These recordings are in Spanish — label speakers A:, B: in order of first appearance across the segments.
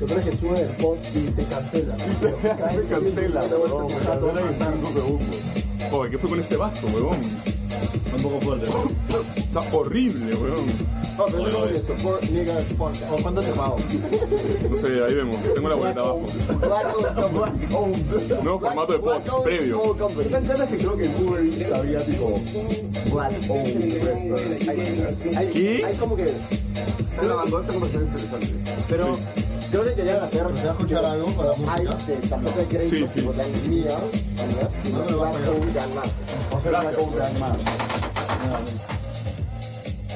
A: Lo peor es que sube el spot y te cancela. Pero cae
B: Me cancela,
A: siempre, te
B: weón.
A: vuelve
B: Me
A: a matar, te
B: cancela
A: vuelve a
B: en
A: matar.
B: cinco segundos. Joder, ¿qué fue con este vaso, weón?
C: Un poco fuerte.
B: Está horrible, weón.
A: No, pero
C: Oye,
A: no
C: oye.
A: es support niggas podcast.
D: ¿O cuánto te pago?
B: No sé, ahí vemos. Tengo la boleta abajo.
A: Black owned, black owned.
B: Nuevo formato de
A: Black
B: post,
A: owned,
B: previo.
A: old company.
B: Tan ganas que creo que en Uber Eats había tipo.
A: Black owned restaurant. Hay- hay-
B: ¿Qué?
A: Hay como que...
E: Pero cuando esta conversación es este interesante.
A: Pero creo que querían hacer. ¿Te escuchar algo para la música? Hay de tarjeta de crédito
B: Sí, sí.
A: tipo la mía, ¿verdad? Y no se va a pagar más.
E: O sea, la compra más.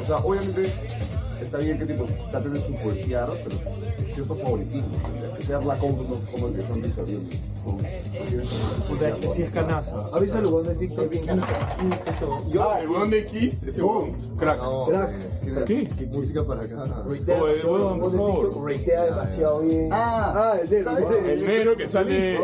E: O sea, obviamente está bien que tipo traten de supuestear, pero cierto favoritismo. O sea, que sea Black Ops no como el que son Visa bien.
F: Puta, es que sí es canazo.
D: ¿Has visto el lugar de TikTok?
A: bien
B: Yo, Ah, el weón de aquí, ese weón. Crack.
E: Crack.
B: ¿Qué?
E: Música para acá.
B: Oye, weón, por favor.
D: Ratea demasiado bien.
E: Ah,
D: el de
E: ¿sabes?
B: El negro que sale.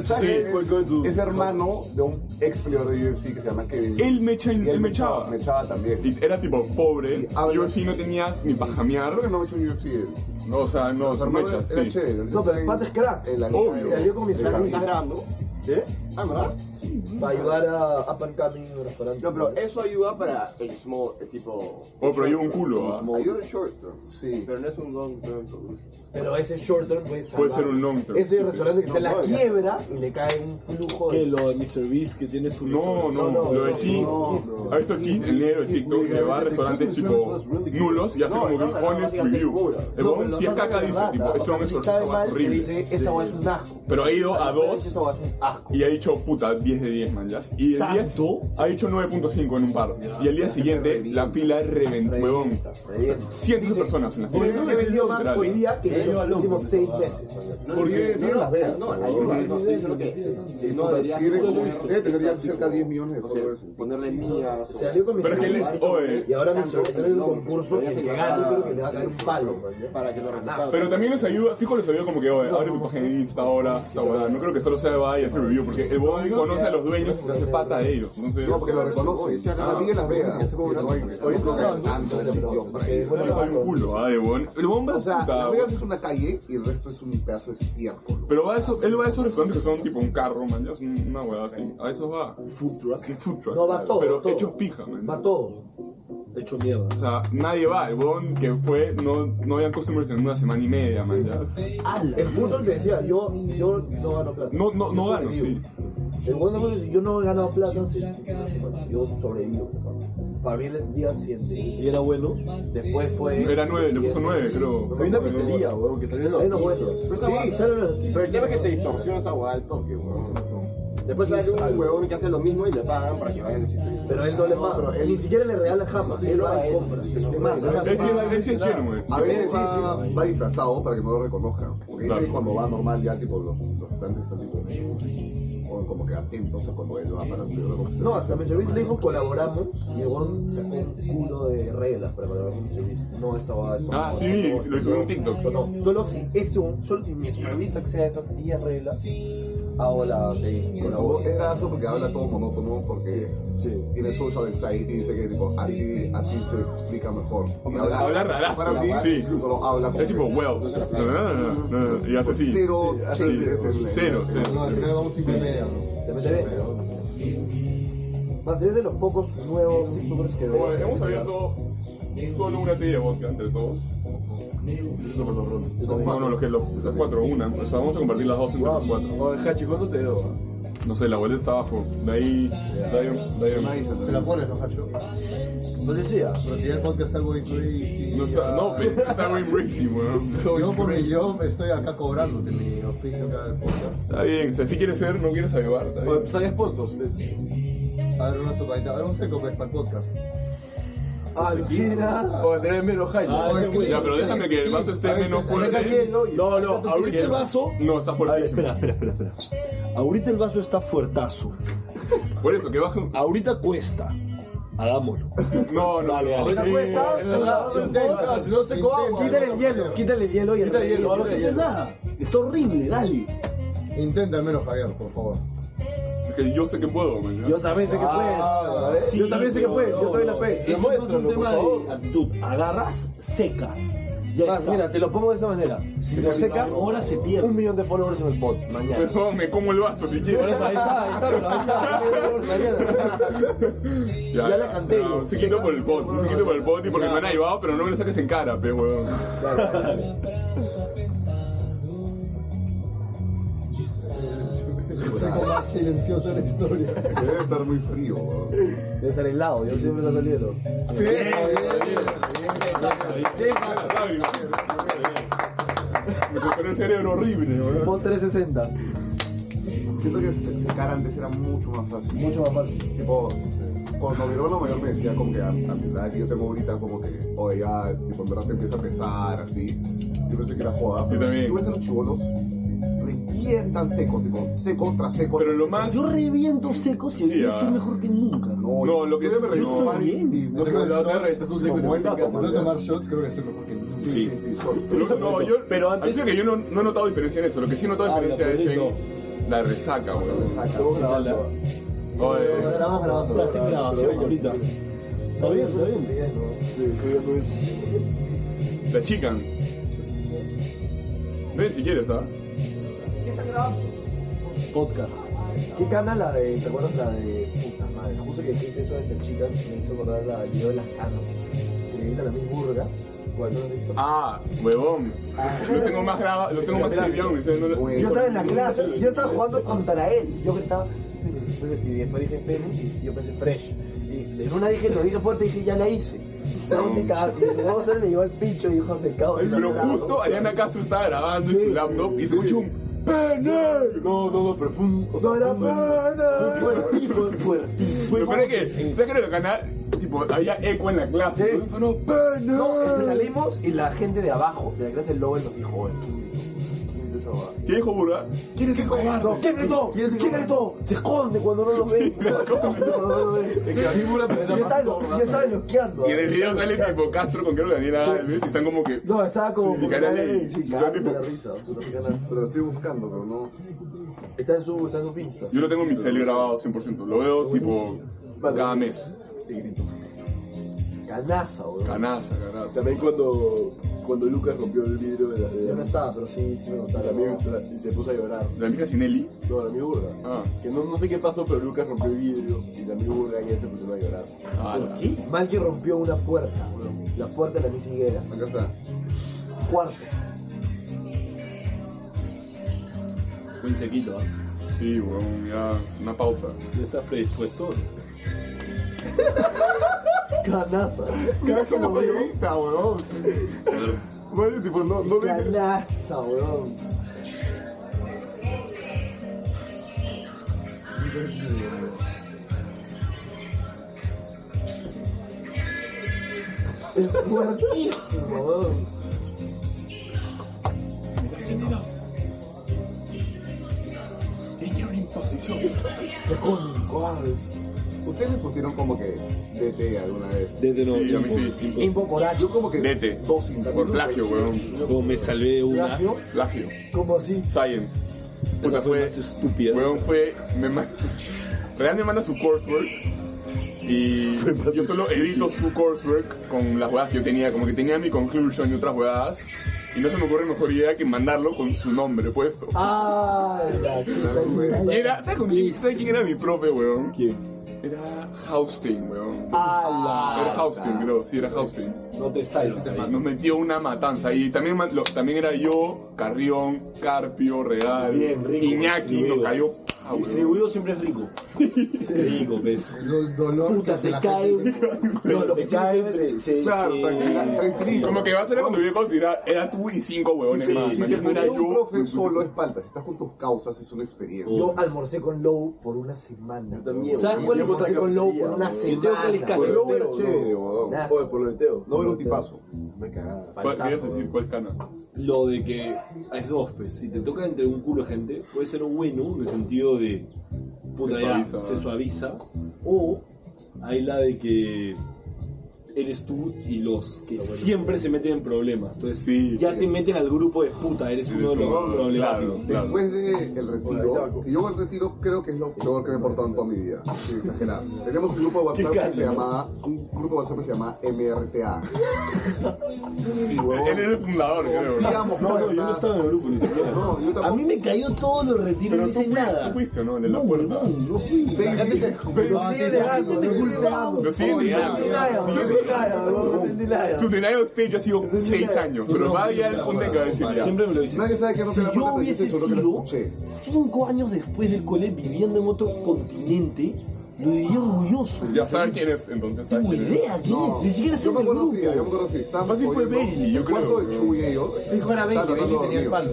B: Sí,
E: es, es hermano de un ex peleador de UFC que se llama Kevin. Lee.
B: él me echa-
E: Y
B: él me echaba.
E: Me echaba también.
B: Y era tipo pobre.
E: habla-
B: Yo sí no tenía ni
E: Creo que
B: pajamear.
E: no me echó UFC. él.
B: No, o sea, no,
E: Su
B: son
E: hermano
B: mechas.
E: era
B: Sí.
E: chévere, él
D: No, pero el
E: está
D: pata es
E: en-
D: crack.
E: en la-
B: Obvio.
D: Se vio con mis
E: El
D: amigos
A: ¿Estás grabando?
E: ¿Eh?
A: Ah, ¿verdad?
D: para ayudar a Up and Coming restaurante.
A: No, pero eh, eso ayuda para el small, el tipo.
B: Oh, pero lleva un culo. ah.
A: Ayuda el short term,
E: Sí.
A: pero no es un long term solution.
D: Pero ese short term puede salvar.
B: Puede ser un long term.
D: Ese restaurante que está en
A: No,
D: la
A: no, ya.
D: quiebra y le cae un flujo
C: Que
D: de...
C: lo de Mr. Beast que tiene su.
B: No, no,
D: No, no,
B: lo de
D: no,
B: Kid.
E: no.
B: ¿Has visto Kid, el negro de TikTok, que va a restaurantes tipo nulos y hace
A: No,
B: como
A: no,
B: que
A: no,
B: un honest
A: no,
B: review?
A: no,
B: El
D: No, pero
B: huevón
D: los
B: si es
D: hace
B: caca
D: de
B: dice,
D: verdad,
B: tipo,
D: ¿no?
B: este
D: O sea,
B: hombre es
D: si
B: un
D: sabe
B: restaurante
D: mal, te
B: horrible.
D: dice, esta hueá es un asco.
B: Pero ha ido a
D: Pero
B: dos
D: Esa hueá es un asco.
B: y ha dicho, puta, 10 de 10, man, ya. Y el 10 ha dicho 9.5 en un par. Y el día siguiente, la pila reventó, huevón. Cientos de personas en la
D: Por eso
B: fila.
D: me vendió más
B: Literal.
D: hoy día que en los últimos seis meses.
A: No,
E: Porque
A: no,
E: vive en Las Vegas.
A: No, hay un no, estoy diciendo que que no debería
E: Tiene como-
A: poner-
E: debe tener ya
A: tipo,
E: cerca de 10 millones de followers.
A: Ponerle mías.
D: Se salió con mis
B: Pero es que él
D: amigos
B: es,
E: eh.
B: oye.
D: y ahora me sorprendió en un concurso y el que gane creo que le va a caer un palo. man, ya.
A: Para que lo recupere.
B: Pero también les ayuda, fijo les ayuda como que, oye, abre tu página en Insta ahora, esta huevada. No creo que solo sea va y hacer review, porque el huevón conoce a los dueños y se hace pata de ellos. Entonces,
E: No, porque lo reconoce. A mí en Las Vegas. Hoy es tanto sitio para
D: Que
E: ir.
D: bueno,
B: le paga un culo, ah, de huevón. El huevón va
E: O sea,
B: puta,
E: Las
B: huevón.
E: Vegas es una calle y el resto es un pedazo de estiércol.
B: Pero va a esos, él va a esos restaurantes que son tipo un carro, man, ya es un- una huevada así. A esos va.
C: Food truck.
B: Un food truck.
D: No, va
B: claro,
D: todo,
B: Pero
D: todo.
B: hechos pija, man.
D: Va todo.
C: Hecho mierda.
B: O sea, nadie va. El huevón que fue, no, no habían customers en una semana y media, man, ya.
D: El fútbol te decía, yo, yo no gano plata.
B: No, no, no
D: Yo
B: gano, sí.
D: sobrevivo. El segundo fue, yo no he ganado plata, sí, yo sobrevivo. Para mí el día siguiente.
C: Y era bueno.
D: Después fue...
B: Era nueve, le puso nueve, creo.
C: Había una pizzería, weón, que salió en la
D: Ahí no
C: noticia.
D: bueno. Sí, sale en la noticia.
A: Pero el tema es que se distorsiona esa hueá al toque, weón. Después sale un huevón que hace lo mismo y le pagan para que vayan a decir.
D: Pero él no le paga, pero él ni siquiera le regala jama, él va y compra. Es más,
E: Él
B: Ese es- ese es chino, güey.
E: A veces va, va disfrazado para que no lo reconozcan. Porque dicen
B: Claro.
E: que cuando va normal ya tipo los los restaurantes están tipo o como que atentos a cuando él va para que lo reconozcan.
D: No, hasta Mr. Beast le dijo colaboramos y Egon sacó un culo de reglas para colaborar con Mr. Beast. No, estaba esto.
B: Ah, sí, vi, lo hizo en un TikTok.
D: No, solo si eso, solo si Mr. Beast accede a esas 10 reglas, hago la de
E: Bueno,
D: colaboro.
E: vos es graso porque habla todo monótono porque tiene social anxiety y dice que tipo, así, así se explica mejor. Y habla,
B: Habla rarazo,
E: para mí,
B: sí.
E: incluso lo habla como
B: Es tipo, Ah,
E: que-
B: well. no, no, no, no, no, ah. Y hace así.
E: Cero chistes en la-
B: Cero, cero.
D: Te meteré. Más es de los pocos nuevos youtubers que veo.
B: Oye, Hemos abierto solo una tía de vodka entre todos. No, no, los, que, los, los cuatro, una. O sea, vamos a compartir las dos entre los cuatro.
C: Oye, Hachi, ¿cuándo te dio?
B: No sé, la boleta está abajo. De ahí, de ahí, de ahí.
G: Te la pones, ¿no, Hacho?
D: Pues decía,
G: Pero si el podcast está going crazy.
B: No, está, no, pe, está muy crazy, weón.
G: Yo porque yo me estoy acá cobrando de mi auspicio acá del podcast.
B: Está bien, o sea, si quieres ser, no quieres ayudar. Está bien.
C: Oye, pues hay sponsors. pues.
G: A ver, una tocadita. A ver, un seco pues, para el podcast.
D: Ah, alucina.
C: Oye, tenés menos hype.
G: Ah, ese güey.
B: Ya, pero déjame que el vaso esté menos fuerte.
C: No, no, ahorita el vaso.
B: No, está
C: A ver,
B: fuertísimo.
C: espera, espera, espera, espera. Ahorita el vaso está fuertazo.
B: Por eso, que baje un...
C: Ahorita cuesta. Hagámoslo.
B: No, no,
C: Dale,
B: no.
C: dale.
B: Sí,
D: cuesta,
B: es
C: No,
B: verdad.
C: no, no, si no se coagula.
D: Quítale el hielo, quítale el hielo y el
C: Quítale el hielo,
D: hielo.
C: no quita nada. Está horrible, dale.
G: Intenta al menos, Javier, por favor.
B: Es que yo sé que puedo, man.
D: Yo también sé que
C: Ah,
D: puedes.
C: sí,
D: Yo también sé que
C: no,
D: puedes, yo
C: no,
D: te doy la
C: no.
D: fe.
C: Es que no es un
D: Demuéstralo,
C: tema
D: por favor.
C: de actitud. Agarras, secas.
D: Ya
C: Más,
D: está.
C: mira, te lo pongo de esa manera. Si lo secas, ahora se pierde. Un millón de followers en el bot mañana.
B: Huevón, Pues, me como el vaso si
C: Por
B: quieres.
C: eso, ahí está, ahí está, bro, ahí está. Un millón de followers mañana.
B: Ya,
C: ya la canté,
B: no,
C: yo.
B: Un sequito por el bot, un sequito por el bot y porque me han ayudado, pero no me lo saques en cara, pe, huevón.
G: Tengo más silenciosa la historia.
E: Debe estar muy frío, weón.
C: Debe estar helado, yo siempre lo hielo.
B: Me tocó el cerebro horrible, huevón.
C: Bot 360,
E: Siento que se- secar antes era mucho más fácil.
C: mucho más fácil.
E: Tipo, cuando mi hermano mayor me decía como que a, a mi edad que yo tengo ahorita como que, oye, ya, tipo, en verdad te empieza a pesar, así. Yo pensé que era joda. pero
B: también.
E: Tú ves a los chivolos revientan secos, tipo, seco tras seco.
B: Pero
E: tras
B: lo
E: seco.
B: más.
D: Yo reviento seco si
B: Sí,
D: sí,
B: ah.
D: estoy mejor que nunca.
E: No,
B: No, lo que
E: yo
B: es-
E: me
B: yo
E: reviento
B: estoy
E: varios-
G: bien.
E: No, creo que la otra vez
G: Shots,
E: es un secreto.
G: como
E: Como
G: No
E: esa
G: tomar shots, creo que estoy mejor que nunca.
E: Sí, sí, sí, shots.
B: Pero, no, yo,
C: Pero antes-
B: alucina que yo no, no he notado diferencia en eso. Lo que sí he notado
C: Habla,
B: diferencia es
C: perrito.
B: en la resaca,
E: Te
B: huevón.
E: sacas.
B: Oye,
G: Grabamos grabando.
C: Está sin grabación ahorita. Está bien, está bien.
B: La chican. Ven si quieres, ¿ah?
D: Podcast. ¿Qué cana la de, te acuerdas la de puta madre? Justo que dijiste eso de ser chica, me hizo acordar la el video de las canas. Que le grita la misma burga. Cuando lo hizo.
B: Ah, huevón. Lo tengo más grabado, lo tengo más sirvión. ¿sabes? No lo-
D: Yo estaba en la clase, yo estaba jugando contra él. Yo gritaba, Pene, Pene, y después dije Pene y yo pensé Fresh. Y en una dije, lo dije fuerte y dije, ya la hice. ¿Sabes me cagaste? Y luego solo le llevó al pincho y dijo, me cago en la
B: Pero
D: cara".
B: justo Ariana Castro estaba grabando en
D: Sí,
B: su laptop y se escucha un pene.
C: No, no, no, pero fue un. O sea,
D: No era
B: Pene.
D: fuertísimo, fuertísimo.
B: Lo peor es que, ¿sabes qué lo canal? Tipo, había eco en la clase.
D: Sí.
B: entonces Sonó
D: No, es que
B: pene.
D: salimos y la gente de abajo, de la clase Lowell, nos dijo, oye, ¿quién gritó? ¿Quién gritó esa huevada?"
B: ¿Qué dijo Burda?
D: ¿Quién es el cobarde? ¿Quién gritó? ¿Quién gritó? Se esconde cuando no lo ve. Se esconde cuando no lo ve.
C: que a mí Burda me
D: Ya estaba lo- ya estaba bloqueando.
B: Y en el video sale tipo Castro con creo que Daniela Alves y están como que.
D: No, estaba como.
B: Sí, cagale.
D: Sí, cagando de la risa. puta, qué cagada.
E: Pero lo estoy buscando, pero no.
D: Está en su, está en su finsta.
B: Yo lo tengo en mi cel grabado 100%. Lo veo tipo cada mes.
D: Canaza, boludo.
B: Canaza, canaza.
H: También cuando, cuando Lucas rompió el vidrio de la, de
D: Yo
H: la,
D: no estaba, pero sí, sí me
H: de
D: notaba.
H: la amiga chula, y se puso a llorar.
B: La amiga Sinelli.
H: No, la amiga burga.
B: Ah,
H: Que no, no sé qué pasó, pero Lucas rompió el vidrio y la amiga burga y él se puso a llorar.
B: ah, la-
D: Mal que rompió una puerta, boludo. La puerta de la Miss Higueras.
E: Acá está.
D: Cuarto.
H: Fue sequito, ¿ah?
B: Sí, weón, ya. Una pausa.
H: Ya estás predispuesto.
D: Canaza.
E: Cada
D: é
E: que lo grita, weón. Bueno, tipo, no, no le dice.
D: Canaza, boludo. Es fuertísimo,
E: é
D: boludo.
E: É
D: Te con cobardes.
E: Ustedes le pusieron como que DT alguna vez.
H: Desde no,
B: Sí, a mí sí.
D: Impo
E: Yo
D: coracho.
E: como que.
B: Dete.
E: Dos cintas.
B: Por plagio, weón.
H: Como me salvé de unas.
D: Plagio.
B: Plagio.
D: ¿Cómo así?
B: Science.
H: Esa
B: Puta,
H: fue
B: fue.
H: más estúpida.
B: Weón fue. Me ma- Real me manda su coursework. Y yo solo edito su coursework con las huevadas que yo tenía. Como que tenía mi conclusion y otras huevadas. Y no se me ocurre mejor idea que mandarlo con su nombre puesto.
D: Ay, la puta
E: güey.
B: Y
D: madre.
B: era, ¿sabes, con quién, ¿sabes quién era mi profe, weón?
H: ¿Quién?
B: Era Haustein, weón.
D: Ala.
B: Era Haustein, creo, sí, era Haustein.
C: No te salgas.
B: Nos metió una matanza. Y también, man- lo- también era yo, Carrión, Carpio, Real,
C: Bien, rico,
B: Iñaki,
C: distribuido.
B: nos cayó. ah, weón.
C: Distribuido siempre es rico. Rico,
H: pues.
C: ves.
G: El dolor
D: Puta,
G: que
D: te
G: la
D: cae
G: gente-
D: un. No, lo que sí
C: cae
D: me sirve es-
C: sí,
E: Claro,
C: sí.
E: tranquila, tranquilo.
B: Como que va a ser como tu viejo si era, era tú y cinco huevones
E: Sí,
B: más.
E: sí,
B: man.
E: sí,
B: Era
E: porque un
B: yo.
E: profe solo es palpa. Si estás con tus causas, es una experiencia.
B: Oh.
D: Yo almorcé con Low por una semana.
H: también,
D: ¿Sabes
H: güey.
D: cuál
H: Yo
D: es almorcé con
H: almorcé
D: Low por
H: con
D: una
H: Low,
C: Yo tengo que les
D: semana?
C: cagar.
E: Pero luego
H: Pero
E: era
H: no.
E: chévere, weón.
D: Nada.
H: Oye, por lo meteo.
E: No era un tipazo. Me cagaba.
B: ¿Cuál- ¿Querías decir cuál cana?
H: lo de que es dos, pues, si te toca entre un culo de gente, puede ser un bueno en el sentido de puta
B: Se
H: ya,
B: suaviza.
H: se suaviza, o hay la de que eres tú y los que siempre se meten en problemas, entonces
B: Sí.
H: ya te meten al grupo de puta, eres uno de los
B: Claro,
H: problemáticos.
B: claro.
E: Después del el retiro, que yo el retiro creo que es lo peor que me he portado en toda mi vida, sin exagerar. Tenemos un grupo de WhatsApp que se llamaba, un grupo de WhatsApp que se llamaba MRTA.
B: Él es el fundador, creo. ¿no?
E: Digamos,
H: No, no, yo no estaba en el grupo ni siquiera.
E: No, yo
D: A
E: tampoco.
D: mí me cayó todo los retiro, no
B: Pero
D: hice
B: tú fuiste, tú
D: nada.
B: fuiste, ¿no? El de la
D: No,
B: puerta.
D: huevón, yo fui. La gente me-
E: Pero
D: la
E: sigue
D: gente
E: negando,
D: me
E: no sigue
D: culpaba,
E: negando.
B: Lo siguen negando.
D: No
B: Sigue
D: sentí
B: negando.
D: nada, no no sentí nada.
B: Su denial of stage ha sido 6 años, pero va a llegar un década de decir, ya.
H: Siempre me lo dicen.
E: Nadie sabe que no
D: Si
E: te la
D: yo
E: puerta,
D: hubiese
E: yo solo que la
D: sido
E: escuché.
D: cinco años después del cole viviendo en otro continente, lo diría orgulloso.
B: Ya sabes quién es, entonces. ¿sabes
D: tengo
B: quién es?
D: idea quién es, ni siquiera sé
E: Yo
D: el
E: me acuerdo
D: grupo.
E: si, yo me acuerdo si estaba.
B: Fácil fue Bailey, yo creo.
E: cuarto de Chu y ellos.
F: Fijo era 20,
E: Claro, no,
F: 20
E: no,
F: tenía el
E: mío.
F: palo.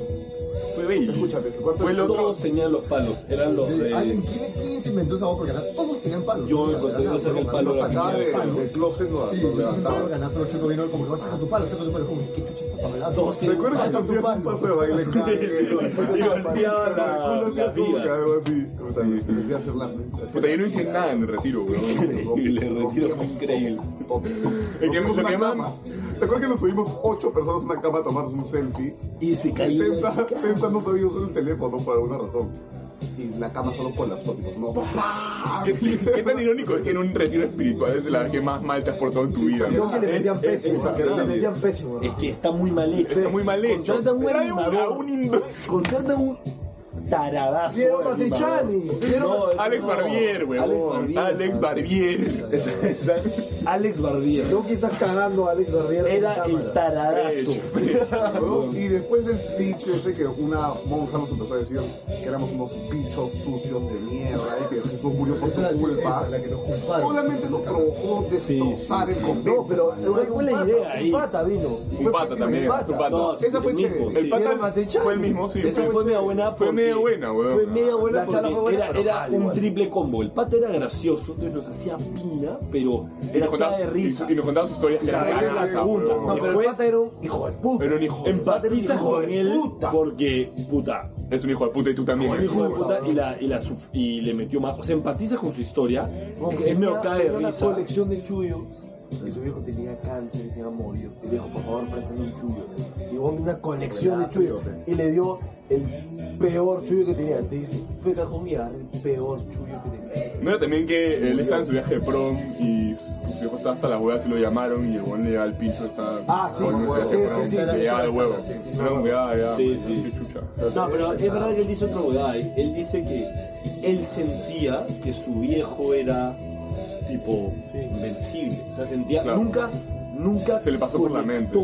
B: Fue Bailey.
E: Escúchate, su cuarto
B: Fue
E: de
B: el otro.
H: Todos tenían los palos. Eran los
G: Sí, Alguien,
H: de.
G: ¿quién, ¿Quién se inventó esa voz? Porque acá todos tenían palos.
H: Yo
G: O sea,
H: encontré,
G: era
H: yo saqué el
G: una
H: palo de
G: broma, ¿no?
H: la
E: Sacaba
H: piña de
E: de-
H: palo.
E: del closet, no,
G: Sí, sí,
E: donde
G: sí,
E: estaba.
G: pero ganaste los chicos vino como que vas saca tu palo, saca tu palo. Como, ¿qué chucha estás hablando?
H: Todos tenían
E: ¿Recuerdas que
H: palos.
E: hacías un paso de baile?
H: Y golpeaba la-
E: Uno hacía
H: la
E: como
H: vida.
E: que Algo así. O sea, se decía hacer la
B: Puta, yo no hice nada en el retiro, weón.
H: Increíble, retiro fue increíble.
E: Nos
B: que-
E: pusimos
B: lo que
E: una
B: más-
E: cama. ¿Te acuerdas que nos subimos ocho personas a una cama a tomarnos un selfie?
D: Y se cayó.
E: Sensa, Sensa no sabía usar el teléfono por alguna razón. Y la cama solo colapsó, tipo, no.
B: ¿Qué, qué tan irónico es que en un retiro espiritual es la vez que más mal te has portado en tu vida.
D: Creo que le metían pésimo,
E: exagerado.
D: le metían pésimo.
H: Es que está muy mal hecho.
B: Está muy mal hecho.
D: Contrata un buen
B: Trae un- a
D: animador.
B: un imbécil.
D: Contrata un taradazo.
H: Piero
D: de
H: Matrichani,
D: animador.
H: No, es-
B: Alex
H: no.
B: Barbier, weón. Alex
H: Alex
B: Barbier.
H: Esa- esa- Alex Barbier.
D: No quizás cagando a Alex Barriera. Era el taradazo.
E: Huevón, Y después del speech ese que una monja nos empezó a decir que éramos unos bichos sucios de mierda y que Jesús murió por su
G: Esa era
E: culpa.
G: esa, la que nos culparon.
E: Solamente nos provocó destrozar el convento.
D: No, pero ¿cuál fue la idea? Un pata vino.
B: Un pata también.
D: pata.
B: Un pata.
E: Esa fue
H: el
E: chévere.
H: mismo,
B: El
H: sí.
D: Piero
B: pata
D: Matrichani.
B: fue el mismo, sí.
H: Esa fue media buena.
B: Fue media buena, weón.
D: Fue media buena
H: La charla
D: porque
H: fue buena,
D: era,
H: pero
D: era
H: mal,
D: un
H: igual.
D: triple combo. El
H: El pata era gracioso, entonces nos hacía pinga, pero
B: Y
H: era
B: nos
H: cara de
B: contaba, y,
H: risa.
B: y nos contaba sus historias que
H: Claro,
B: eran
H: era la
B: cagadas,
H: segunda.
B: weón.
D: No, pero el pata era un hijo de puta.
B: Era un hijo de
H: Empatiza
D: hijo de
H: con él
D: puta.
H: porque, puta,
B: Es un hijo de puta y tú también.
H: un hijo de puta y, la, y, la suf- y le metió más. O sea, empatiza con su historia, es medio cae de
D: Una
H: risa.
D: colección de chullos. Y su viejo tenía cáncer y se había morido. Y le dijo, por favor, préstame un chullo. Y vos una colección de chullos. Y le dio el peor chullo que tenía. Te dije, fue cajón y agarré el peor chullo que tenía.
B: No era también que él estaba en su viaje de prom y su hijo estaba hasta las huevas y lo llamaron y el weón le llevaba el pincho esa.
D: Ah, sí,
B: con
D: huevo.
B: ese
D: Sí,
B: viaje de
D: sí,
B: prom,
D: sí,
B: le
D: sí,
B: llevaba
G: sí,
B: el
G: sí,
B: huevo.
G: sí.
B: No, ya, ya.
H: Sí, sí.
B: qué chucha.
H: No, pero es verdad que él dice otra huevada. Él él dice que él sentía que su viejo era tipo invencible. O sea, sentía
B: Claro.
H: nunca, nunca
B: Se le pasó por la
H: conectó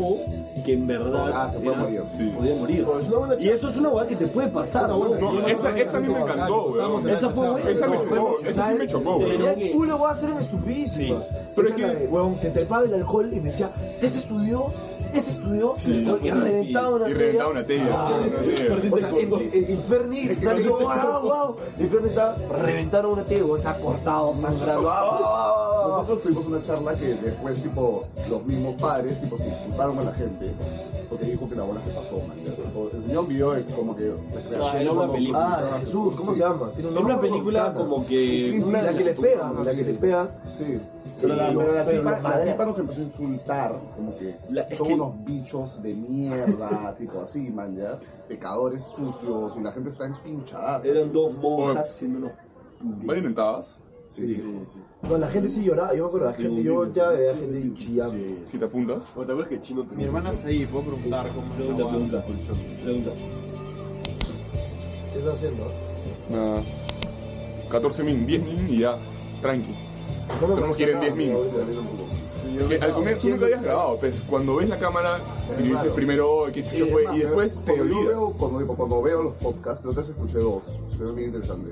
H: que en verdad
E: Ah, se puede
H: era-
E: morir.
H: se podía morir.
G: Pero es una buena
H: Y eso es una huevada que te puede pasar.
G: Una buena
H: ¿no?
B: No, esa, esa a mí me encantó, weón.
G: Esa
H: fue buena.
B: Esa me
H: No,
B: chocó, esa sí me chocó,
H: Te diría
B: weón.
H: que-
D: Tú lo vas a hacer en estupidísimas.
H: Sí.
B: Pero
D: Esa
B: es
D: era
B: que-
D: de, Weón, te trepaba el alcohol y me decía, ese es tu Dios, ese es tu Dios.
H: Sí, esa
D: y
H: fue
D: reventaba
H: la-
D: una
B: Y
D: tela.
B: reventaba una tela.
D: Ah,
B: sí, una tela.
D: O sea, en- en- Inferni salió, wow, wow. Inferni está reventando una tela, weón, se ha cortado, sangrando. ah, ah, ah, ah.
E: Nosotros tuvimos una charla que después, tipo, los mismos padres, tipo, se culparon a la gente porque dijo que la bola se pasó, man. O- El señor vio eh, como que...
H: Ah, era una película.
D: Ah, de Jesús, ¿cómo se llama? Tiene un
H: Es una
D: nombre
H: película
D: bacana.
H: como que.
D: Una- la que le pega, la que le pega.
E: Sí.
D: Sí,
E: pero la,
D: lo-
E: pero la
D: pero
E: tipa,
D: lo
E: la
D: madrea.
E: tipa nos empezó a insultar, como que
H: La- es
E: son
H: que-
E: unos bichos de mierda, tipo así, man, ya. Pecadores sucios y la gente está en pinchadas.
H: Eran dos monjas haciendo unos.
B: ¿Vale inventabas?
E: Sí,
D: No, la gente sí lloraba, yo me acuerdo, la gente, yo ya veía gente chillando.
B: Si te apuntas.
H: ¿Te acuerdas que Chino
F: Mi hermana está ahí, puedo preguntar cómo es la
H: Pregunta,
F: huevada.
H: pregunta. Pregunta.
D: ¿Qué estás haciendo?
B: Nada. 14 mil, 10 mil y ya. Tranqui.
D: No me
B: Solo nos
D: parece
B: quieren
D: nada,
B: 10 mil. Que al comienzo nunca habías grabado, pues cuando ves la cámara y dices primero "Ay, qué chucha fue Pues, y después te
E: cuando, yo
B: olvidas.
E: veo, cuando, tipo, cuando veo los podcasts, la otra vez escuché dos, pero es bien interesante.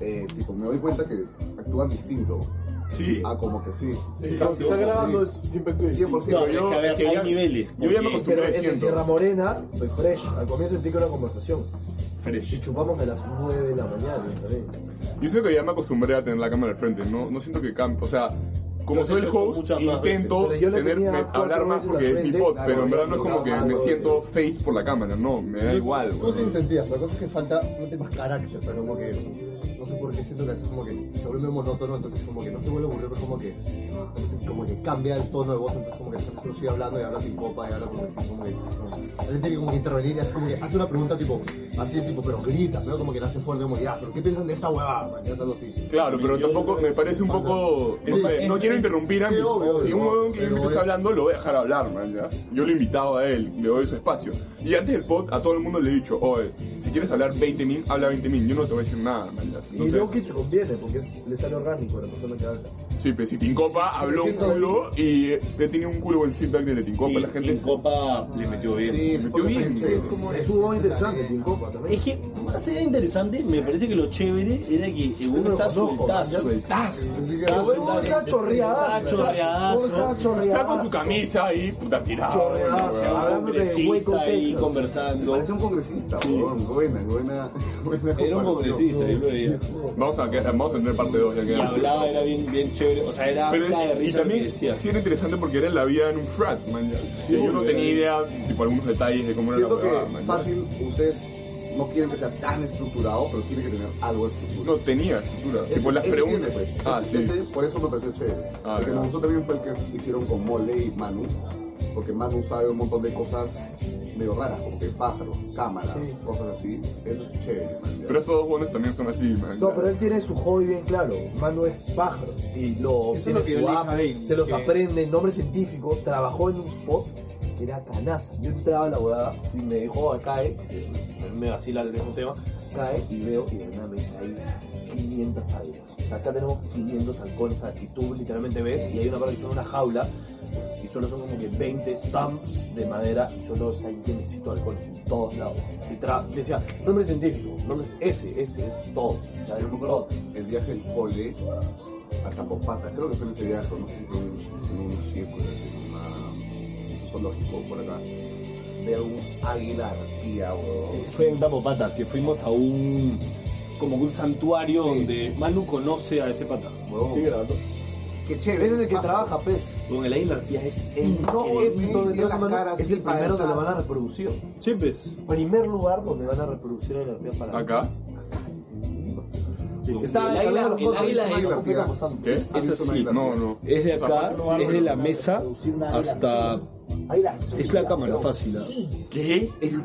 E: Eh, tipo, me doy cuenta que actúan distinto.
B: Sí.
E: Ah, como que sí.
H: Claro, si está grabando, es siempre que-
E: 100%.
H: No,
E: yo-
H: es que, a ver,
B: es que
H: hay
B: ya-
H: niveles.
B: yo ya me
H: porque-
B: acostumbré.
D: Pero en
B: Estuve
D: el Sierra
B: haciendo.
D: Morena, fue fresh. Al comienzo sentí que era una conversación.
H: Fresh.
D: Y chupamos a las 9 de la mañana. ¿eh?
B: Yo siento que ya me acostumbré a tener la cámara al frente, no, no siento que cambie. O sea, como
H: Yo
B: soy el
H: siento
B: host,
H: muchas más
B: intento
D: veces. Pero yo lo
B: tener,
D: tenía
B: me-
D: cuatro
B: hablar más
D: veces
B: porque
D: al
B: es mi
D: frente.
B: pod, pero en verdad no es
D: Claro,
B: como que
D: yo
B: me
D: lo
B: siento face por la cámara, no, me da igual.
G: Tú sí
B: weón.
G: sentías, la cosa es que falta, no tengo más carácter, pero como que no sé por qué siento que a veces como que se vuelve monótono, entonces como que no se vuelve aburrido, pero como que, entonces como que cambia el tono de voz, entonces como que solo sigue hablando y habla sin copa y habla como que, como que, él tiene como que intervenir y hace como que, hace una pregunta tipo, así tipo, pero grita, pero como que la hace fuerte, como que, ah, pero ¿qué piensan de esta huevada? man? Ya tal así.
B: Claro, pero tampoco me parece un poco. No, sé, no quiero interrumpir a mi.
G: Sí, obvio,
B: Si un
G: obvio,
B: huevón que yo
G: pero
B: que
G: es-
B: está hablando, lo voy a dejar hablar, man. ¿ya? Yo lo he invitado a él, le doy su espacio. Y antes del pod, a todo el mundo le he dicho, oye, si quieres hablar 20 mil, habla 20 mil. Yo no te voy a decir nada, man. ¿ya?
D: Y luego que
B: Entonces,
D: te conviene, porque es- le sale orgánico a la persona que habla.
B: sí, pero si Tincopa habló un culo y eh, he tenido un culo buen feedback de Tincopa. La gente
H: en Copa le metió bien.
B: se metió bien.
D: Es,
B: weón.
D: como, es un juego interesante, Team Copa también.
H: Es que, más allá de interesante, me parece que lo chévere era que el huevo está sueltazo.
D: La huevo está chorreada.
H: Está chorreadazo.
D: Está
B: Está con su
D: chorreada.
B: camisa ahí, puta tirado.
D: Chorreadazo.
B: weón.
D: Hablando de hueco
H: Congresista ahí
D: Texas.
H: conversando.
E: Parece un congresista,
H: Sí.
E: weón. Buena, buena. buena
H: Era un
E: comparación.
H: congresista, yo lo veía.
B: Vamos a, que- vamos a tener parte 2 ya
H: Y
B: que.
H: hablaba, era bien, bien chévere. O sea, era
B: Pero,
H: cae de
B: y
H: risa lo que
B: también
H: decía.
B: sí era interesante porque era la vida en un frat, man. ya.
H: Sí,
B: yo no
H: obvio.
B: tenía idea, tipo algunos detalles de cómo era la
E: Siento
B: huevada,
E: que
B: man. ya.
E: fácil, ustedes no quieren que sea tan estructurado, pero tienen que tener algo estructurado.
B: No tenía estructura.
E: Ese-
B: tipo las
E: ese
B: preguntas.
E: tiene, pues.
B: Ah,
E: Ese-
B: sí.
E: ese, por eso me pareció chévere.
B: Ah,
E: porque
B: ya.
E: nosotros también fue el que hicieron con Mole y Manu. Porque Manu sabe un montón de cosas medio raras, como que pájaros, cámaras, cosas así. Eso es chévere. man, ya.
B: Pero esos dos buenos también son así, man.
D: No,
B: ya.
D: pero él tiene su hobby bien claro. Manu es pájaro. Y lo
F: es
D: tiene
F: lo que
D: su
F: yo le
D: app,
F: dije a él,
D: se los
F: que-
D: aprende, nombre científico. Trabajó en un spot que era canaza. Yo entraba a la bodada y me dejó a CAE, eh, me vacila el mismo tema, CAE y veo y de nada me dice ahí 500 águilas. O sea, acá tenemos 500 halcones y tú literalmente ves y hay una parte que son una jaula y solo son como que 20 stamps de madera y solo está llenecito de halcones en todos lados. Y tra- decía, nombre científico, nombre ese, ese, ese, todos. O sea,
E: Yo me acuerdo el viaje del cole a Tapopata, creo que fue en ese viaje, no sé si fue en un- en un circo, en una- un zoológico por acá, de un águila arpía, weón.
H: Fue en Tapopata, que fuimos a un como que un santuario donde Manu conoce a ese pata.
E: Weón, Qué chévere.
D: Él es el que
F: Ah.
E: Paja.
D: trabaja pues, pez.
H: Con el águila arpía es
D: Y no es
E: sí,
D: donde
E: tiene
D: trabaja
E: la
D: Manu,
E: cara
D: es
E: así
D: el primero
E: para
D: que lo
E: atrás.
D: van a reproducir.
H: Chipes.
D: Primer lugar donde van a reproducir el arpía para.
B: Acá.
D: Está
H: el
D: el
H: águila, el águila
E: es-
H: es,
B: ¿Qué? Ah,
H: es, es así.
B: No, no.
H: Es de acá,
B: O sea,
H: es de la mesa hasta. Es la cámara fácil. ¿ah?
B: ¿Qué?
H: Es el-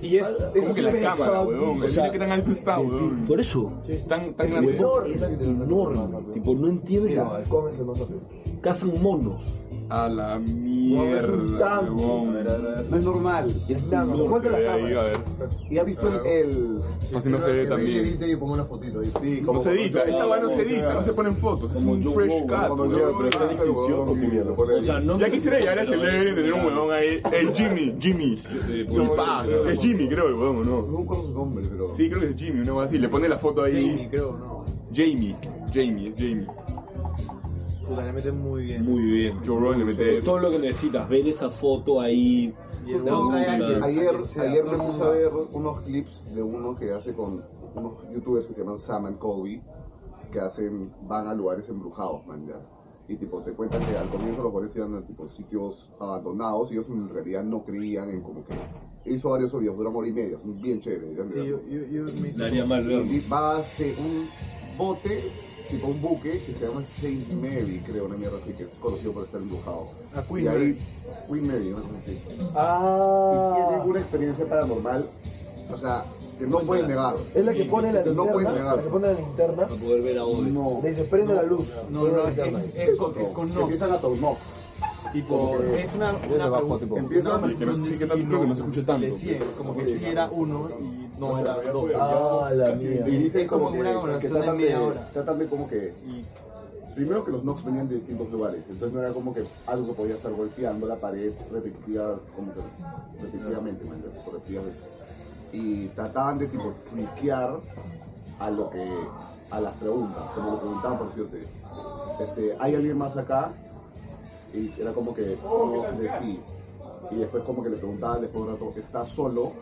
H: y es,
B: ¿Cómo que la cámara, weón?
H: o sea,
B: Mira que tan alto está, weón.
H: Por eso.
B: Tan, tan
H: Ese
B: grande.
H: huevón es enorme. Tipo, no entiendes la.
D: halcón es el más rápido.
H: Cazan monos.
B: A la mierda,
D: tanque.
B: weón.
E: No es normal.
D: Es blanco.
B: ¿Cómo se
D: Suelta la
B: ve ahí? A
D: cámara.
B: ver.
E: ¿Y has visto el- el...?
B: Así no se ve
G: Que me
B: también.
G: edite y pongo una fotito ahí.
E: Sí, como
B: No se edita, esa weá no se edita, no se ponen fotos, es un fresh cut. weón.
H: O sea, no.
B: Ya quisiera llegar a ese level de tener un huevón ahí. El Jimmy, Jimmy. El pa, es Jimmy, creo, el huevón, ¿no?
E: No recuerdo su nombre, pero...
B: Sí, creo que es Jimmy, una cosa así. Le pone la foto ahí.
F: creo, no.
B: Jamie, Jamie, es Jamie.
F: Puta, le meten muy bien.
H: Muy bien.
B: Joe Rogan le mete.
H: Es todo lo que necesitas. Ver esa foto ahí.
E: Justo
H: Claro.
E: ayer, ayer me puse a ver unos clips de uno que hace con unos youtubers que se llaman Sam and Kobe, que hacen, van a lugares embrujados, man, ya. Y tipo, te cuentan que al comienzo los jugadores iban a tipo, sitios abandonados y ellos en realidad no creían en como que... Hizo varios videos, duran hora y media, son bien chéveres. deberían de
F: Sí,
E: verlo.
F: yo, yo, yo me hice-
H: Daría más
E: Y va a ser un bote, tipo un buque, que se llama Saint Mary, creo, una mierda así, que es conocido por estar embrujado.
F: A Queen
E: y ahí, Queen Mary, una cosa así. Y tienen
D: Ah.
E: una experiencia paranormal, o sea, que no pueden negar.
D: Es la que pone la
E: No puedes
D: linterna.
E: negar.
D: La que pone la linterna.
H: Para poder ver a Ode.
E: No,
D: Le dice, prende la luz.
F: No,
D: Pone la
F: no, es,
D: linterna.
F: es, es con, es con
E: no.
F: no.
E: Empiezan a tornar.
F: Tipo, es una, una
G: abajo,
F: pregunta-
G: tipo.
F: empieza
E: Sí,
F: una
B: que no sé si
F: pregunta
B: que tanto, creo que no se escucha tanto.
F: de cien, como que si era uno y no era dos.
D: Ah, la mierda.
E: Y dicen
F: Es como
E: como que,
F: una
E: que
F: conversación de
E: tratan,
F: media
E: de,
F: hora.
E: tratan de como que... Primero que los knocks venían de distintos lugares, entonces no era como que algo que podía estar golpeando la pared repetitiva, como que repetidamente, man, por repetidas veces. Y trataban de tipo triquear a lo que a las preguntas, como lo preguntaban por cierto, este, ¿hay alguien más acá? Y era como que no de sí. Y después como que le preguntaban después de un rato, ¿estás solo?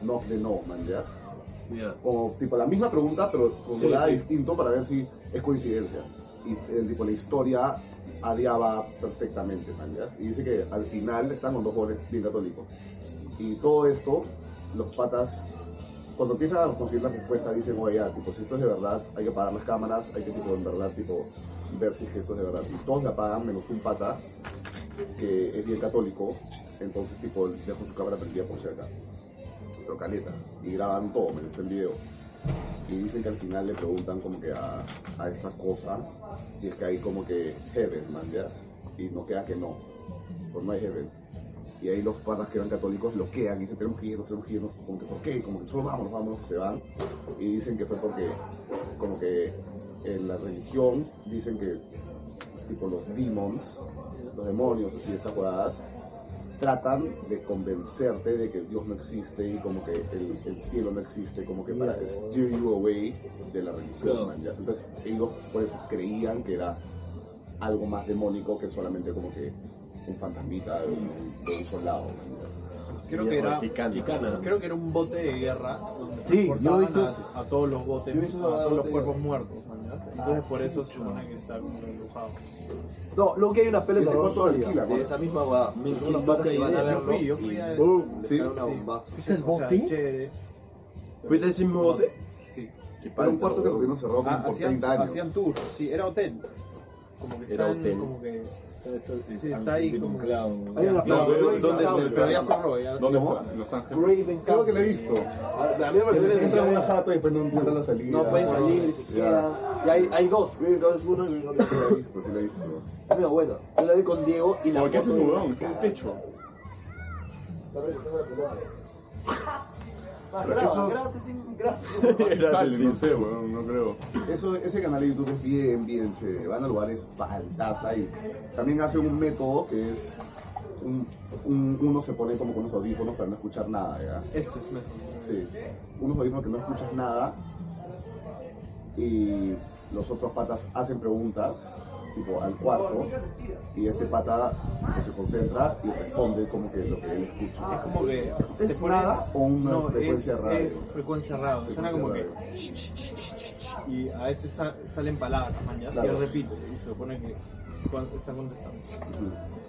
E: No de no, man, ¿ya?
H: Mira.
E: como tipo la misma pregunta pero formulada distinto para ver si es coincidencia y el tipo la historia adiaba perfectamente mangas y dice que al final están con dos jóvenes bien católicos y todo esto los patas cuando empiezan a conseguir las respuestas dicen, oye, ya, tipo, si esto es de verdad, hay que apagar las cámaras, hay que, tipo, en verdad, tipo, ver si es que esto es de verdad. Y todos la apagan, menos un pata, que es bien católico, entonces, tipo, dejo su cámara prendida por cerca, pero caleta, y graban todo, me está el video. Y dicen que al final le preguntan como que a, a esta cosa si es que hay como que heaven, man, ya, y no queda que no, pues no hay heaven. Y ahí los patas que eran católicos bloquean y dicen, tenemos que irnos, tenemos que irnos, como que, ¿por qué? Como que solo vámonos, vámonos, se van. Y dicen que fue porque, como que en la religión, dicen que, tipo, los demons, los demonios, así, estas jugadas, tratan de convencerte de que Dios no existe y como que el, el cielo no existe, como que para steer you away de la religión, man, ya. Entonces, ellos, por eso, creían que era algo más demónico que solamente como que un fantasmita de un, de un soldado.
F: Creo que, era, creo que era un bote de guerra donde transportaban
D: yo he visto
F: a-
D: eso.
F: a, todos los botes,
D: Yo he visto
F: a
D: eso,
F: todos los
D: bote de
F: cuerpos muertos. ¿no? Entonces por eso se supone que está como dibujado.
D: No, luego que hay unas pelas de
E: Ese
D: terror
E: coso
D: sólidas.
E: alquila,
H: De
E: ¿no?
H: esa misma guada. Me
D: Son las
H: equivoqué
D: patas
H: y
D: que
H: van a
D: yo
H: verlo.
F: fui, yo fui
H: y
F: a-
H: ¡boom! Le
E: Sí.
H: cae una bombazo.
D: ¿Fuiste el
F: O sea,
D: bote?
F: chévere.
D: ¿Fuiste ese mismo bote?
E: Para un cuarto que lo vieron cerrado
F: Ah,
E: por
F: hacían,
E: 30 años.
F: hacían tours, sí, era hotel. Como que
H: Era
F: están,
H: hotel.
F: como que... Sí, está ahí como...
D: Hay unas pelas de
F: No,
D: terror.
F: pero ¿dónde
D: Está
F: está?
D: bueno.
F: Pero ya cerró, ya-
B: ¿Dónde está? Los Ángeles.
D: Raven
E: Creo que
D: Camp.
E: lo he visto.
D: A mí me
E: Pero
D: parece
E: les
D: que
E: entra a una
D: entra-
E: jata y después no encuentran la salida. Pues,
D: no pueden salir y se
E: Ah, Ya.
D: quedan. Y hay, hay dos, Raven Camp es uno y Raven Camp
E: Sí
D: es
E: lo he
D: otro.
E: visto, pues, sí lo he visto.
D: Es medio bueno. Yo la vi con Diego y la
B: ¿Por qué hace
D: foto
B: su
D: de-
B: huevón? Está en el techo.
D: Ah,
E: Pero
D: graba,
E: esos-
D: graba, que sí, graba.
B: Sale, no sé, huevón, no creo.
E: Eso, ese canal de YouTube es bien, bien chévere. Van a lugares faltas ahí. También hace un método que es. un- un- uno se pone como con unos audífonos para no escuchar nada, ¿ya?
F: Este es mejor.
E: Sí. Unos audífonos que no escuchas nada. Y los otros patas hacen preguntas, tipo al cuarto. Y este pata pues, se concentra y responde como que lo que él
F: Es
E: escucha.
F: como que...
E: Ah, ¿Es
F: te pone-
E: nada o una
F: No,
E: frecuencia
F: es,
E: radio?
F: es frecuencia radio. Suena como que... Y a veces sa- salen palabras, mañana, y
E: Claro.
F: él repite. Y se supone que cuan- está contestando.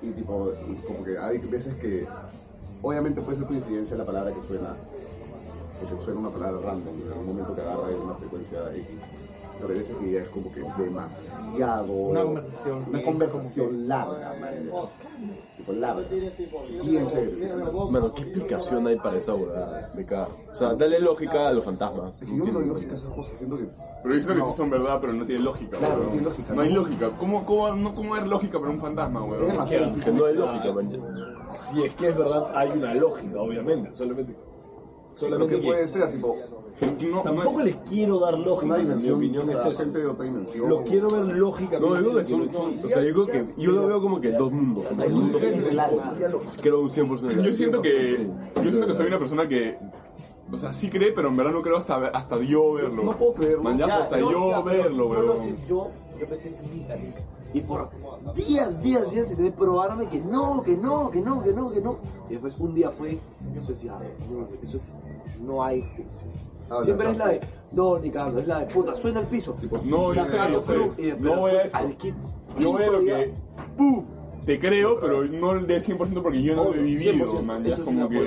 E: Y tipo, como que hay veces que, obviamente puede ser coincidencia la palabra que suena, porque suena una palabra random, en algún momento que agarra en una frecuencia X. Pero hay veces que ya es como que demasiado.
F: Una conversación.
E: Una conversación larga, man. ya. Tipo, larga. Bien chévere. ese canal.
F: Oh,
I: Mano, ¿qué explicación hay para esa huevada? Explica. O sea, dale lógica a los fantasmas.
E: Es que yo no
I: Entiendo.
E: doy lógica a esas cosas, siento que.
B: Pero dicen que
E: No.
B: sí son verdad, pero no tiene lógica,
E: Claro,
B: huevón.
E: no tiene lógica,
B: No hay
E: ¿no?
B: lógica. ¿Cómo, cómo, no, cómo hay lógica para un fantasma,
E: Es
B: huevón?
E: demasiado
I: Que
E: difícil.
I: no hay lógica, man. Si es que es verdad, hay una lógica, obviamente. Solamente.
E: Lo
I: Solamente
E: que
I: que
E: puede ser, tipo,
B: No,
I: Tampoco
B: no,
I: les quiero dar
E: una
I: lógica, en mi
E: dimensión.
I: opinión
E: o
I: es
E: sea,
I: eso.
E: gente de otra dimensión.
I: Lo quiero ver lógicamente. No, digo que son, o sea, yo creo que yo lo veo como que dos mundos. Dos mundos. Creo un 100% de la
B: Yo siento que.
I: Sí.
B: Yo siento que soy una persona que. O sea, sí cree, pero en verdad no creo hasta, hasta yo verlo.
E: No puedo creerlo.
B: Man, ya,
D: Ya,
B: hasta
D: yo-
B: yo
D: ya, pero
B: verlo,
D: no lo sé,
B: huevón.
D: Yo, yo pensé en mí también. Y por días, días, días intenté probarme que no, que no, que no, que no, que no. Y después un día fue, eso decía, ah, no, eso es, no hay.
B: Ah,
E: Habla,
D: Siempre es la
E: habla.
D: de, no, ni cagando, es la de puta, suena el piso.
B: No, yo
D: La
B: sé,
D: cago,
B: yo sé.
D: pum, y después
B: No voy a
D: después
B: eso.
D: al kit.
B: Yo veo lo
D: Quinto
B: que.
D: día,
B: ¡pum! Te creo, pero no el de 100% porque yo no lo he vivido, man. Ya es como que.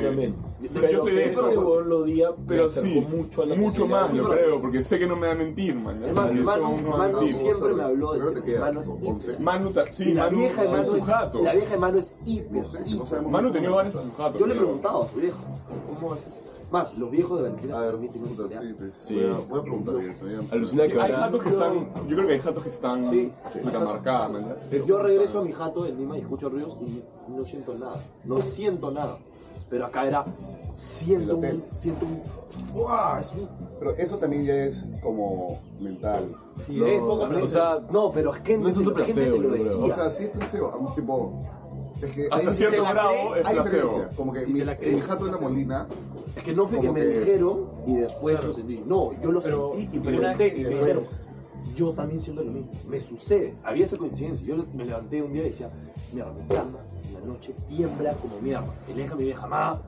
I: Pero
B: Yo soy de
I: eso.
B: eso.
I: lo día,
B: Pero
I: pero
B: sí,
I: mucho a la
B: mucho más,
I: posibilidad.
B: lo creo, porque sé que no me va a mentir, man. ya.
D: Es más,
B: Yo
D: Manu-
B: soy un
D: Manu
B: antiguo.
D: siempre me habló de
E: Creo que
D: que
E: te queda
D: Mano es
E: tipo, once.
B: Manu, ta- sí,
D: Y la
B: Manu,
D: vieja de mano
B: su
D: es,
B: jato.
D: la vieja de mano es hiper,
E: No sé, no
D: hiper.
E: sabemos.
B: Manu tenía varias a su jato.
D: Yo le he
B: creo.
D: preguntado a su viejo, ¿cómo es? Más, los viejos de Valentina
E: A ver,
D: permiten eso, te hacen.
E: sí. Voy a, voy a preguntar bien.
I: Alucina que
B: Hay
I: ahora-
B: jatos que están. Yo creo que hay jatos que están.
D: Sí.
B: puta, marcadas, man. ya.
D: Yo regreso a mi jato en Lima y escucho ruidos y no siento nada. No siento nada. Pero acá era. Siento
E: El hotel.
D: un. Siento un. ¡Fua! Es un.
E: Pero eso también ya es como mental.
F: Sí, es poco
I: O sea,
D: No, pero es que
I: No es un
D: la gente
I: placebo,
D: te lo
I: yo creo.
E: O
D: decía.
E: sea, sí es placebo, a un tipo. Es que
B: Hasta cierto grado es
E: hay
B: placebo.
E: diferencia. Como que
F: Si
E: mi,
F: te la
E: el
F: crees,
E: jato de la molina.
D: es que no fue que
E: como
D: me
E: que-
D: dijeron y después lo sentí. No, yo lo
F: Pero-
D: sentí y
F: pero
D: pregunté
F: una-
D: y me dijeron. Yo también siento lo mismo. Me sucede. Había esa coincidencia. Yo me levanté un día y decía, mierda, mi cama en la noche tiembla como mierda. Eleja mi vieja, ma,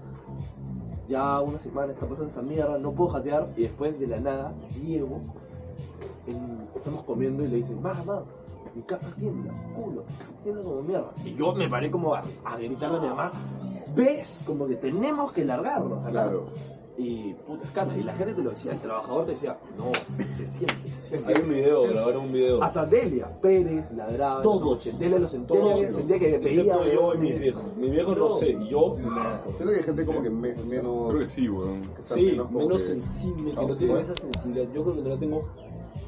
D: ya una semana está pasando esa mierda, no puedo jatear. Y después de la nada, Diego, en- estamos comiendo y le dice, mamá, mi cama tiembla, culo, mi cama tiembla como mierda. Y yo me paré como a, a gritarle a mi mamá, ves como que tenemos que largarnos. acá.
E: Claro.
D: Y puta escana, y la gente te lo decía, el trabajador te decía, no, se siente, se siente.
I: Hay un video, grabaron un video.
D: Hasta Delia, Pérez, Ladrada,
H: Todos.
D: Delia los
H: Todos.
D: Delia sentía que veía
I: Excepto yo y mis
D: huevones.
I: viejos. Mis viejos no sé, yo
E: Siento que hay gente como que me-
B: Creo que
E: menos.
B: sí, weón.
E: que está
H: Sí, menos,
E: como que-
H: sensible, que no tiene esa sensibilidad. Yo creo que no la tengo.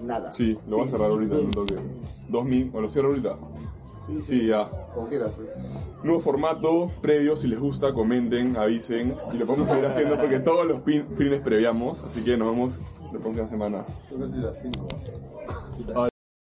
E: Nada.
B: Sí, lo voy a cerrar ahorita en un toque. 2000, o lo cierro ahorita. Sí, ya.
E: Como quieras, pues.
B: Nuevo formato, previo, si les gusta, comenten, avisen. Y lo podemos seguir haciendo porque todos los pin- fines previamos. Así que nos vemos la próxima semana.
E: Son casi las 5.